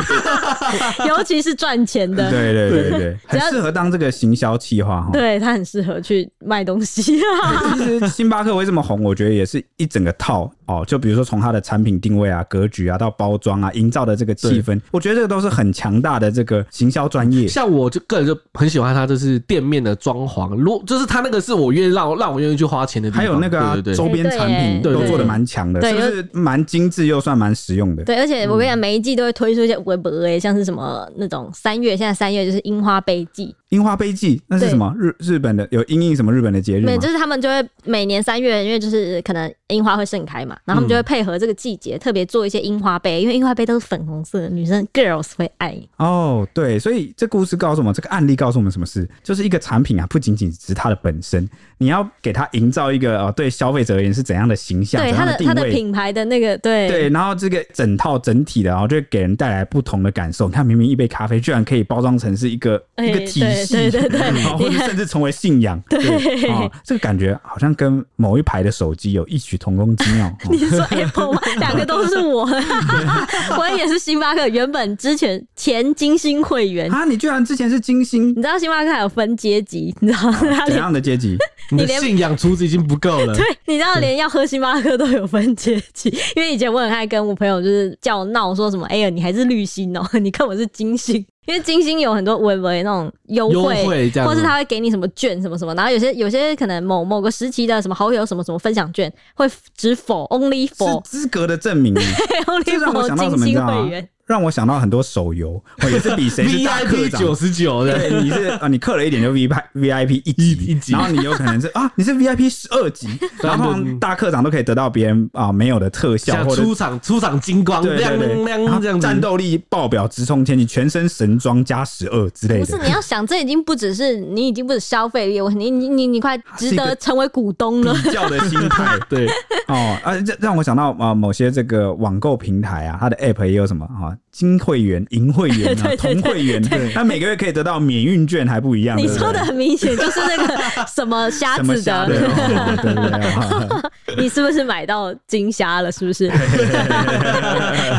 尤其是赚钱的，对对对对，只很要适合当这个行销企划哈。对他很适合去卖东西、啊。其实星巴克为什么红，我觉得也是一整个套哦。就比如说从它的产品定位啊、格局啊，到包装啊、营造的这个气氛，我觉得这个都是很强大的这个行销专业。像我就个人就很喜欢它，就是店面的装潢，如果就是它那个是我愿意让让我愿意去花钱的地方。还有那个、啊、对对周对，边产品哎对耶都做的蛮强的，对是不是蛮精致又算蛮实用的？对，而且我跟你讲，每一季都会推出一些微博诶，像是什么那种三月，现在三月就是樱花杯季，樱花杯季那是什么？日日本的有因应什么日本的节日吗没有，？就是他们就会每年三月，因为就是可能樱花会盛开嘛，然后他们就会嗯配合这个季节，特别做一些樱花杯，因为樱花杯都是粉红色的，女生 girls 会爱。哦，对，所以这故事告诉我们，这个案例告诉我们什么事？就是一个产品啊，不仅仅只是它的本身，你要给它营造一个哦，对消费者而言是怎样的形象，对，怎它样的定它的位。品牌的那个对对，然后这个整套整体的，然后就给人带来不同的感受。你看，明明一杯咖啡，居然可以包装成是一个、哎一个体系，对对对对 然后或者甚至成为信仰。 对，哦，这个感觉好像跟某一排的手机有异曲同工之妙。 哦你是说 Apple 吗？两个都是我，我也是星巴克原本之前前金星会员。啊，你居然之前是金星你知道星巴克还有分阶级，你知道它怎连样的阶级？你的你连信仰厨子已经不够了。对，你知道连要喝星巴克都有分阶级，因为以前我很爱跟我朋友就是叫闹说什么，哎呀，你还是绿星哦、 你看我是金星，因为金星有很多微微那种优优惠，惠这样或子是他会给你什么券什么什么，然后有些有些可能某某个时期的什么好友什么什么分享券会只否 only 是 for 资格的证明。这 only 让我 for 想到什金么，你知星道会吗员。？让我想到很多手游，哦也是比谁是大课 VIP 长。九十九的，对，你 是啊，你氪了一点就 V I V I P 一级，一一级然后你有可能是 啊，你是 V I P 十二级，然后大课长都可以得到别人啊没有的特效像或者出场出场金光对亮对对，然亮后这样子战。斗力爆表，直冲天际，全身神装加十二之类不的，是，你要想，这已经不只是你已经不是消费力的问题，你你你你快值是一个得成为股 东了。比较的心态 对， 哦，啊，这让我想到啊、呃某些这个网购平台啊，它的 app 也有什么啊、金会员、银会员啊、 对对对铜会员，它每个月可以得到免运券，还不一样。你对不对说的很明显就是那个什么瞎什么子虾的？的，哦对对对，哦 你是不是买到金虾了？是不是？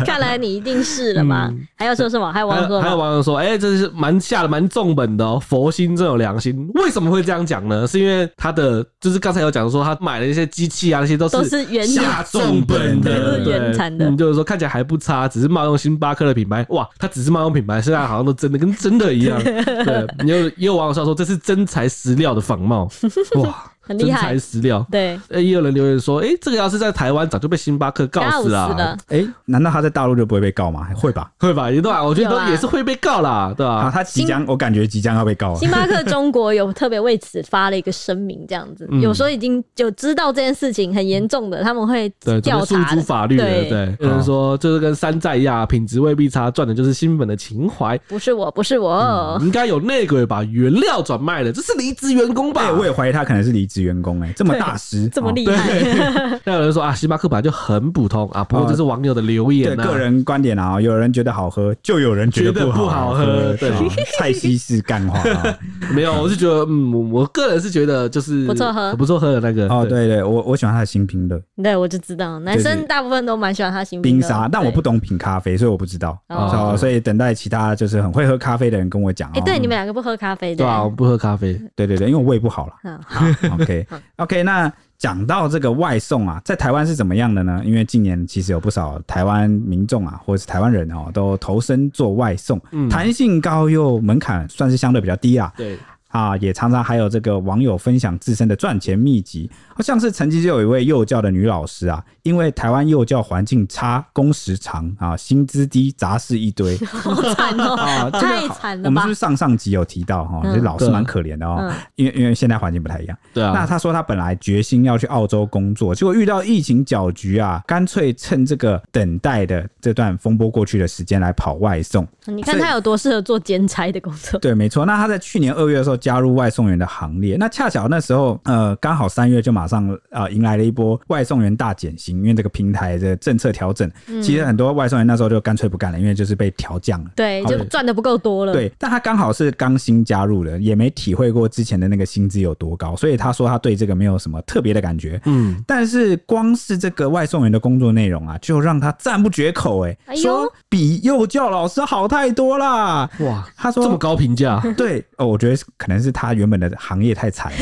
看来你一定是了嘛。还要说什么？还有还网友有说还有吗网友说，哎，这是蛮下的蛮重本的哦，佛心真有良心。为什么会这样讲呢？是因为他的就是刚才有讲说，他买了一些机器啊，那些都都是原有下重本对的，都是原产的嗯就是说看起来还不差，只是冒用星巴克的品牌。哇，它只是冒用品牌，现在好像都真的跟真的 一样。对，也有也有网友说这是真材实料的仿 冒，哇，很厉害真材实料。对，呃，也有人留言说，哎，这个要是在台湾，早就被星巴克告刚好死死了了。。哎，难道他在大陆就不会被告吗？会吧？会吧？也对吧？我觉得有啊都也是会被告啦，对吧、啊，他即将，我感觉即将要被告了哎星。巴克中国有特别为此发了一个声明，这样子，嗯有时候已经就知道这件事情很严重的，他们会对，准调备诉查诸的。法律了。对对，有人说就是跟山寨一样，品质未必差，赚的就是新粉的情怀。不是我，不是我，应该有内鬼把原料转卖了，这是离职员工吧哎，？我也怀疑他可能是离职员工，哎，这么大师，这么哦 厉害。那有人说啊，星巴克本来就很普通啊，不过这是网友的留对言呐、个人观点啊，有人觉得好喝，就有人觉觉得得不不好喝喝。对哦蔡西是干话啊。没有，我是觉得，嗯，我我个人是觉得就是不错喝不错喝的那个。哦，，对对，我我喜欢他的新冰乐对，我就知道，男对生大部分都蛮喜欢他新冰的沙，但我对不懂品咖啡，所以我不知道。哦哦，所以等待其他就是很会喝咖啡的人跟我讲。哎、哦对，你们两个不喝咖啡的，对啊，我不喝咖啡。对对对，因为我胃不好了。嗯， 好， OK OK，那讲到这个外送啊，在台湾是怎么样的呢？因为近年其实有不少台湾民众啊，或者是台湾嗯人哦，都投身做外送，弹性高又门槛算是相对比较低啊。对，啊，也常常还有这个网友分享自身的赚钱秘籍，好像是曾经就有一位幼教的女老师啊，因为台湾幼教环境差、工时长啊、薪资低、杂事一 堆好惨哦、啊，这个太好惨我了们吧是不是？上上集有提到哈，嗯这老师蛮可怜的哦嗯，因为因为现在环境不太一样。对那啊，他说他本来决心要去澳洲工作，结果遇到疫情搅局啊，干脆趁这个等待的这段风波过去的时间来跑外送。你看他有多适合做兼差的工作，对，没错。那他在去年二月的时候加入外送员的行列，那恰巧那时候呃刚好三月就马上呃迎来了一波外送员大减薪，因为这个平台的政策调整，其实很多外送员那时候就干脆不干了，因为就是被调降了。对，好就赚的不够多了。，对，但他刚好是刚新加入的，也没体会过之前的那个薪资有多高，所以他说他对这个没有什么特别的感觉。嗯，但是光是这个外送员的工作内容啊，就让他赞不绝口、欸，哎呦说比幼教老师好太多啦。哇，他说这么高评价，对哦，我觉得是可能是他原本的行业太 惨了，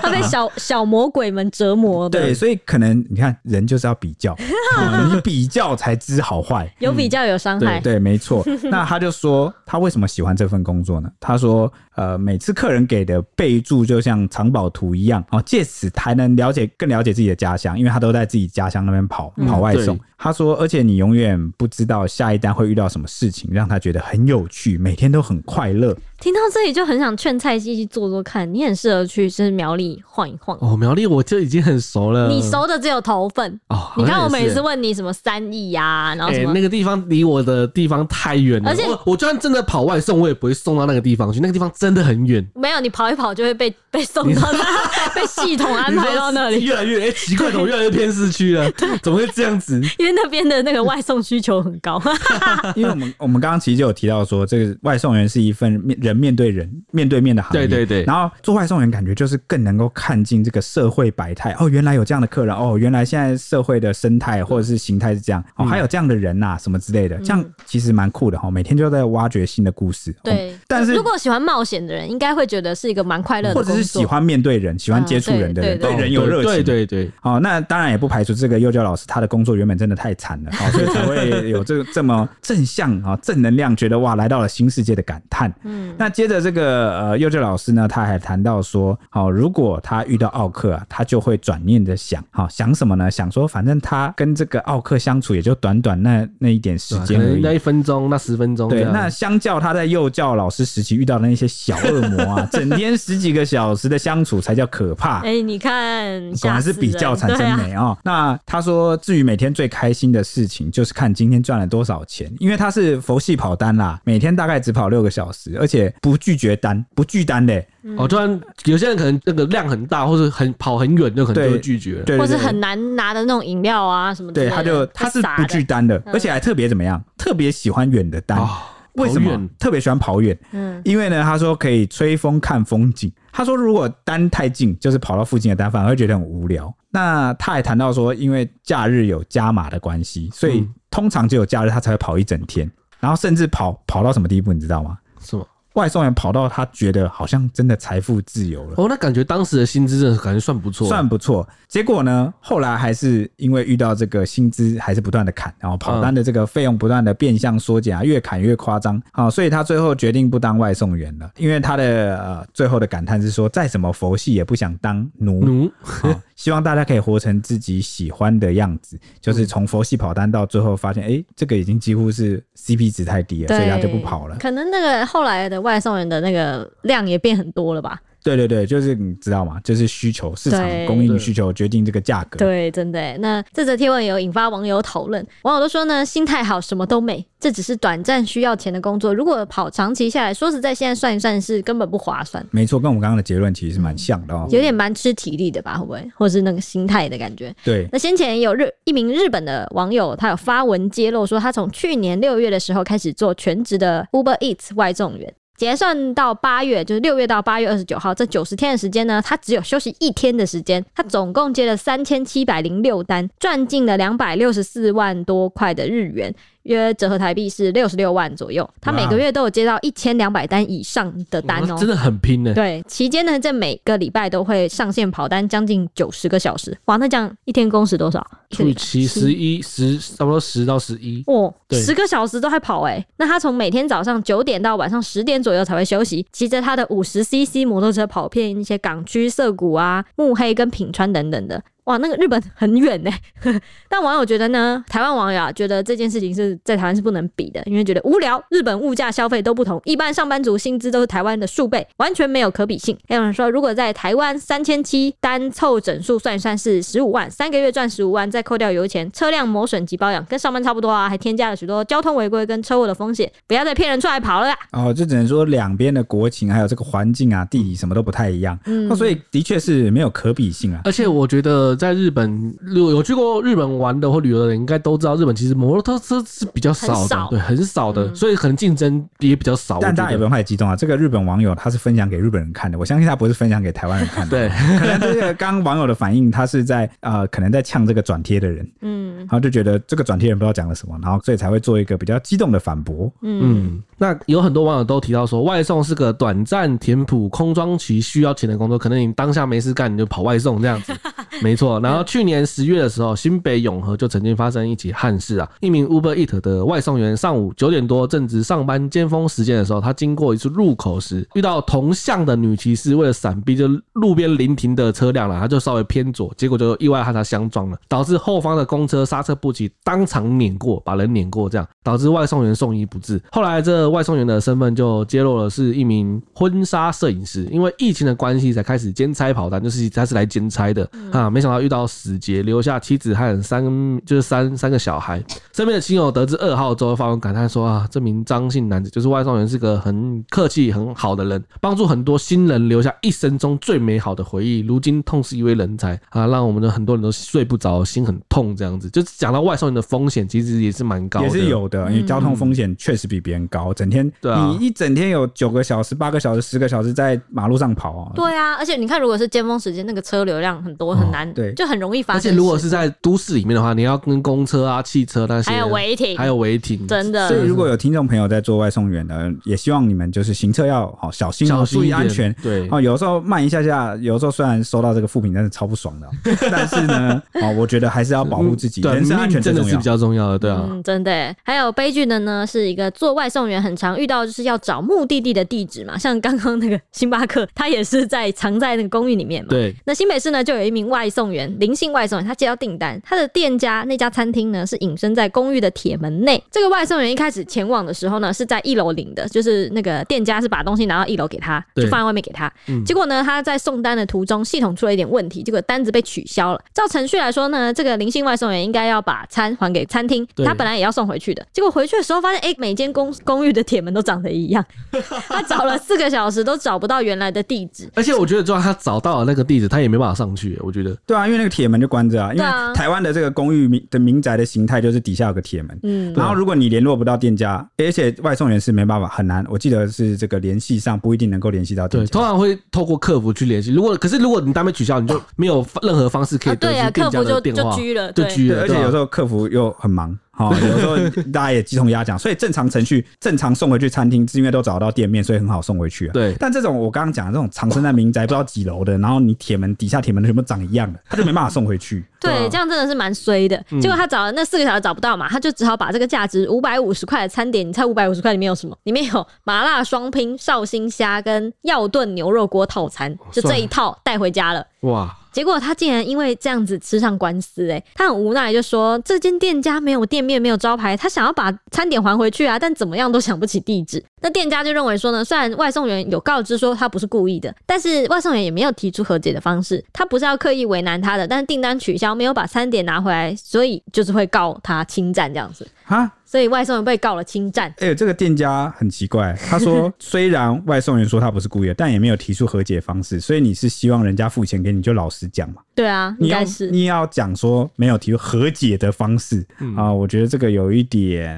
他被小小魔鬼们折磨的。对，所以可能你看人就是要比 较，哦你比较才知好坏。有比较有伤对害，对，没 错。那他就说他为什么喜欢这份工作呢？他说，呃，每次客人给的备注就像藏宝图一样，哦，借此才能了解更了解自己的家乡，因为他都在自己家乡那边跑嗯跑外送。对他说，而且你永远不知道下一单会遇到什么事情，让他觉得很有趣，每天都很快乐。听到这里就很想劝蔡西去做做看，你很适合去就是苗栗晃一晃。哦，苗栗我就已经很熟了，你熟的只有头份，呃哦，你看我好像每也是次。问你什么三亿呀，然后哎、什么那个地方离我的地方太远了，而且我我就算真的跑外送，我也不会送到那个地方去，那个地方真的很远。没有，你跑一跑就会被被送到那， 被系统安排到那你里，说越来越哎、奇怪，怎么越来越偏市区 了？怎么会这样子？因为那边的那个外送需求很高。 因为我们我们刚刚其实就有提到说，这个外送员是一份面人面对人面对面的行业，对对对然后做外送员感觉就是更能够看尽这个社会百态，哦，原来有这样的客人，哦，原来现在社会的生态或者是形态是这样，哦，嗯还有这样的人呐、什么之类的，这样嗯其实蛮酷的哦哈、每天就在挖掘新的故事。哦对，但是如果喜欢冒险的人，应该会觉得是一个蛮快乐的或工者作，是喜欢面对人、喜欢接触人的人，嗯对对对人有热情，对对对，哦，那当然也不排除这个幼教老师他的工作原本真的太惨了，哦，所以才会有这这么正向啊、哦正能量，觉得哇来到了新世界的感叹。嗯，那接着这个呃幼教老师呢，他还谈到说，好、如果他遇到奥克啊，他就会转念的想，好、想什么呢？想说反正他跟这个奥克相处也就短短那那一点时对啊间可而能已那。一分钟，那十分钟这对，样，那相较他在幼教老师时期遇到的那些小恶魔啊，整天十几个小时的相处才叫可怕。哎、你看， 果然是比较吓死产人生对啊美啊、哦那他说，至于每天最开心的事情，就是看今天赚了多少钱，因为他是佛系跑单啦，每天大概只跑六个小时，而且不拒绝单，不拒单的、哦，突然有些人可能那个量很大，或者很跑很远，就可能对就会拒绝了。对或对是对。很难拿的那种饮料啊什么之类对，的，他就他是不拒拒，单的，而且还特别怎么样，特别喜欢远的单。啊，为什跑么远特别喜欢跑远？嗯，因为呢，他说可以吹风看风景。他说如果单太近，就是跑到附近的单，反而会觉得很无聊。那他还谈到说，因为假日有加码的关系，所以嗯通常只有假日他才会跑一整天，然后甚至跑跑到什么地步，你知道吗？什么？外送员跑到他觉得好像真的财富自由了。哦，那感觉当时的薪资真的感觉算不错，算不错，结果呢？后来还是因为遇到这个薪资还是不断的砍，然后跑单的这个费用不断的变相缩减啊，越砍越夸张啊，所以他最后决定不当外送员了，因为他的呃最后的感叹是说，再怎么佛系也不想当奴。奴啊希望大家可以活成自己喜欢的样子，就是从佛系跑单到最后发现，哎、这个已经几乎是 CP 值太低了，所以他就不跑了。可能那个后来的外送人的那个量也变很多了吧？对对对，就是你知道吗？就是需求市场对供应对需求决定这个价格。对，真的耶。那这则贴文也有引发网友讨论，网友都说呢，心态好什么都美，这只是短暂需要钱的工作，如果跑长期下来，说实在，现在算一算是根本不划算。没错，跟我们刚刚的结论其实是蛮像的嗯哦。有点蛮吃体力的吧，会不会，或是那个心态的感觉？对，那先前有日一名日本的网友，他有发文揭露说，他从去年六月的时候开始做全职的 Uber Eats 外送员，结算到八月，就是六月到八月二十九号这九十天的时间呢，他只有休息一天的时间，他总共接了三千七百零六单，赚进了两百六十四万多块的日元。约折合台币是六十六万左右。他每个月都有接到一千两百单以上的单哇哦、真的很拼呢。对，期间呢，这每个礼拜都会上线跑单将近九十个小时，哇，那这样一天工时多少？一个除礼以拜七十一十，差不多十到十一，哦，对十个小时都还跑哎、那他从每天早上九点到晚上十点左右才会休息，骑着他的五十 CC 摩托车跑遍一些港区、涩谷啊、目黑跟品川等等的。哇，那个日本很远呢、但网友觉得呢，台湾网友啊觉得这件事情是在台湾是不能比的，因为觉得无聊，日本物价消费都不同，一般上班族薪资都是台湾的数倍，完全没有可比性。还有人说，如果在台湾三千七单凑整数算一算是十五万，三个月赚十五万，再扣掉油钱、车辆磨损及保养，跟上班差不多啊，还添加了许多交通违规跟车祸的风险，不要再骗人出来跑了啦。哦，就只能说两边的国情还有这个环境啊、地理什么都不太一样，嗯那、所以的确是没有可比性啊。而且我觉得在日本，如果有去过日本玩的或旅游的人，应该都知道，日本其实摩托车是比较少很的，少对，很少的，嗯所以可能竞争也比较少。但大家我觉也不得用太激动啊！这个日本网友他是分享给日本人看的，我相信他不是分享给台湾人看的。对， 可能这个刚刚网友的反应，他是在呃，可能在呛这个转贴的人，嗯然后就觉得这个转贴人不知道讲了什么，然后所以才会做一个比较激动的反驳。嗯嗯，那有很多网友都提到说，外送是个短暂、填补空窗期需要钱的工作，可能你当下没事干，你就跑外送这样子。没错，然后去年十月的时候，新北永和就曾经发生一起憾事啊。一名 Uber Eat 的外送员上午九点多正值上班尖峰时间的时候，他经过一处路口时，遇到同向的女骑士，为了闪避就路边临停的车辆了，啊他就稍微偏左，结果就意外和他相撞了，导致后方的公车刹车不及，当场碾过，把人碾过，这样导致外送员送医不治。后来这外送员的身份就揭露了是一名婚纱摄影师，因为疫情的关系才开始兼差跑单，就是他是来兼差的啊，没想到遇到死劫，留下妻子和三就是三三个小孩。身边的亲友得知噩呃耗之后，发文感叹说啊，这名张姓男子就是外送员，是个很客气、很好的人，帮助很多新人留下一生中最美好的回忆。如今痛失一位人才啊，让我们的很多人都睡不着，心很痛。这样子，就是讲到外送员的风险，其实也是蛮高的，也是有的，因为嗯交通风险确实比别人高。整天对啊你一整天有九个小时、八个小时、十个小时在马路上跑哦。对啊，而且你看，如果是尖峰时间，那个车流量很多，很难，对就很容易发而生事。且如果是在都市里面的话，你要跟公车啊、汽车那些，还有违停，还有违停，真的，所以，如果有听众朋友在做外送员的，也希望你们就是行车要好小心哦，小注心意一点嗯安全。对，哦，有时候慢一下下，有时候虽然收到这个负评，但是超不爽 的哦。但是呢，哦，我觉得还是要保护自己，嗯对人身安全命最真的重是要比。较重要的，对啊。嗯，真的耶。还有悲剧的呢，是一个做外送员很常遇到，就是要找目的地的地址嘛。像刚刚那个星巴克，他也是在藏在那个公寓里面嘛。对，那新北市呢，就有一名外送员，林姓外送员，他接到订单，他的店家那家餐厅呢是隐身在公寓的铁门内。这个外送员一开始前往的时候呢，是在一楼领的，就是那个店家是把东西拿到一楼给他，就对放在外面给他。嗯结果呢，他在送单的途中，系统出了一点问题，结果单子被取消了。照程序来说呢，这个林姓外送员应该要把餐还给餐厅，对他本来也要送回去的。结果回去的时候发现，哎、每间公公寓的铁门都长得一 样，他找了四个小时都找不到原来的地址。而且我觉得，就算他找到了那个地址，他也没办法上去。我觉得，对啊，因为那个铁门就关着啊。因对啊为台湾的这个公寓民的民宅的形态就是底下有个铁门，嗯，然后如果你联络不到店家，而且外送员是没办法很难，我记得是这个联系上不一定能够联系到店对，家通。常会透过客服去联系。如果可是如果你单被取消，你就没有任何方式可啊，以得对啊，知客店服家就的电就话，拘了，就对拘对，了。而且对啊有时候客服又很忙，哈、有时候大家也鸡同鸭讲，所以正常程序正常送回去餐厅，是因为都找到店面，所以很好送回去啊。对但这种我刚刚讲的这种藏身在民宅不知道几楼的，然后你铁门底下铁门全部长一样的，他就没办法送回去。 对对啊嗯这样真的是蛮衰的。结果他找了那四个小时找不到嘛，他就只好把这个价值五百五十块的餐点，你猜五百五十块里面有什么？里面有麻辣双拼、绍兴虾跟药炖牛肉锅套餐，哦就这一套带回家了。哇，结果他竟然因为这样子吃上官司、欸，他很无奈，就说这间店家没有店面，没有招牌，他想要把餐点还回去啊，但怎么样都想不起地址。那店家就认为说呢，虽然外送员有告知说他不是故意的，但是外送员也没有提出和解的方式，他不是要刻意为难他的，但是订单取消，没有把餐点拿回来，所以就是会告他侵占这样子，哈，所以外送员被告了侵占。哎、呦，这个店家很奇怪，他说虽然外送员说他不是故意的，但也没有提出和解方式，所以你是希望人家付钱给你就老实讲嘛？对啊，你应要该是。你要讲说没有提出和解的方式啊、我觉得这个有一点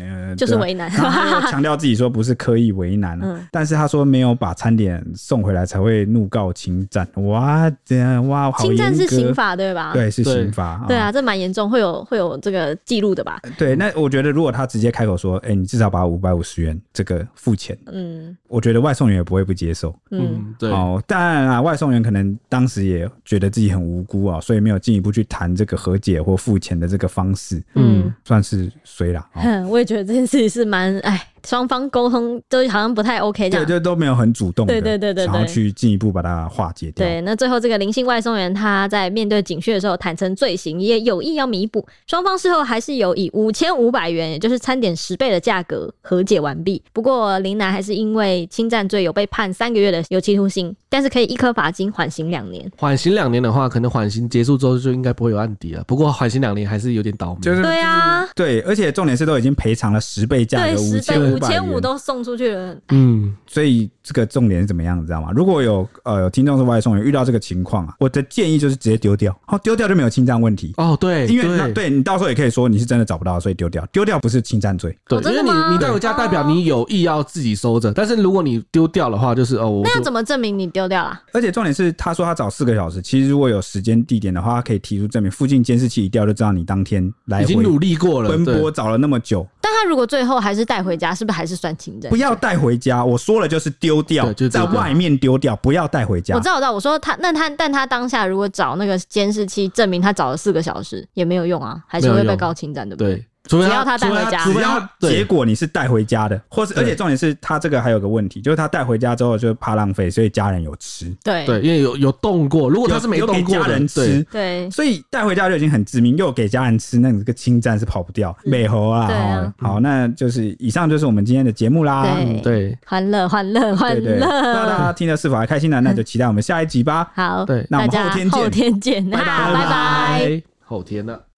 呃嗯就是对啊为 难。然后他又强调自己说不是刻意为难、啊，嗯但是他说没有把餐点送回来才会怒告侵占。哇，这样哇，好侵占严是刑格。法对吧？对，是对刑罚。对啊，这蛮严重，会有会有这个记录的吧？对，那我觉得如果他直接开口说，哎、你至少把五百五十元这个付钱，嗯我觉得外送员也不会不接受。嗯，嗯，对，哦，当然啦，外送员可能当时也觉得自己很无辜啊、所以没有进一步去谈这个和解或付钱的这个方式，嗯，算是衰 啦。哦哼，我也觉得这件事情是蛮哎，双方沟通都好像不太 OK 这对，样。就都没有很主动的，对对对对对想要去进一步把它化解掉。对，那最后这个林姓外送员他在面对警讯的时候坦承罪行，也有意要弥补，双方事后还是有以五千五百元，也就是餐点十倍的价格和解完毕。不过林楠还是因为侵占罪有被判三个月的有期徒刑，但是可以一颗罚金缓刑两年。缓刑两年的话，可能缓刑结束之后就应该不会有案底了。不过缓刑两年还是有点倒霉，就是对啊，对，而且重点是都已经赔偿了十倍价对，格，十千倍五百千五元。都送出去了，嗯，所以这个重点是怎么样，你知道吗？如果有呃有听众是外送员遇到这个情况啊，我的建议就是直接丢掉，好丢掉就没有侵占问题。哦，对，因为那对对你到时候也可以说你是真的找不到，所以丢掉，丢掉不是侵占罪。对哦，真因的为你吗你带回家代表你有意要自己收着，但是如果你丢掉的话，就是哦，我那要就怎么证明你丢掉了？而且重点是，他说他找四个小时，其实如果有时间地点的话，他可以提出证明，附近监视器一调就知道你当天来已经回努力过了，奔对波找了那么久，但他如果最后还是带回家，是不是还是算侵占？不要带回家。我说了就是丢掉对，就是在丢掉外面丢掉，不要带回家我知。道，我知道。我说他，那他，但他当下如果找那个监视器证明他找了四个小时，也没有用啊，还是没会有被用告侵占，对不对？对，除非只要他带除非回家啊除只非要他结对果你是带回家的，或是对而且重点是他这个还有个问题，就是他带回家之后就怕浪费，所以家人有吃，对对，因为有有动过，如果他是没有有动给过家的人，对吃，对所以带回家就已经很致命，又给家人吃，那你这个侵占是跑不掉，美猴啊！嗯对啊嗯好，那就是以上就是我们今天的节目啦。嗯对对欢乐，欢乐，对欢啊对，不知道大乐。家听的是否还开心 呢？那就期待我们下一集吧。好，对那我大们后天见家 后天见，拜啊拜拜。后天了。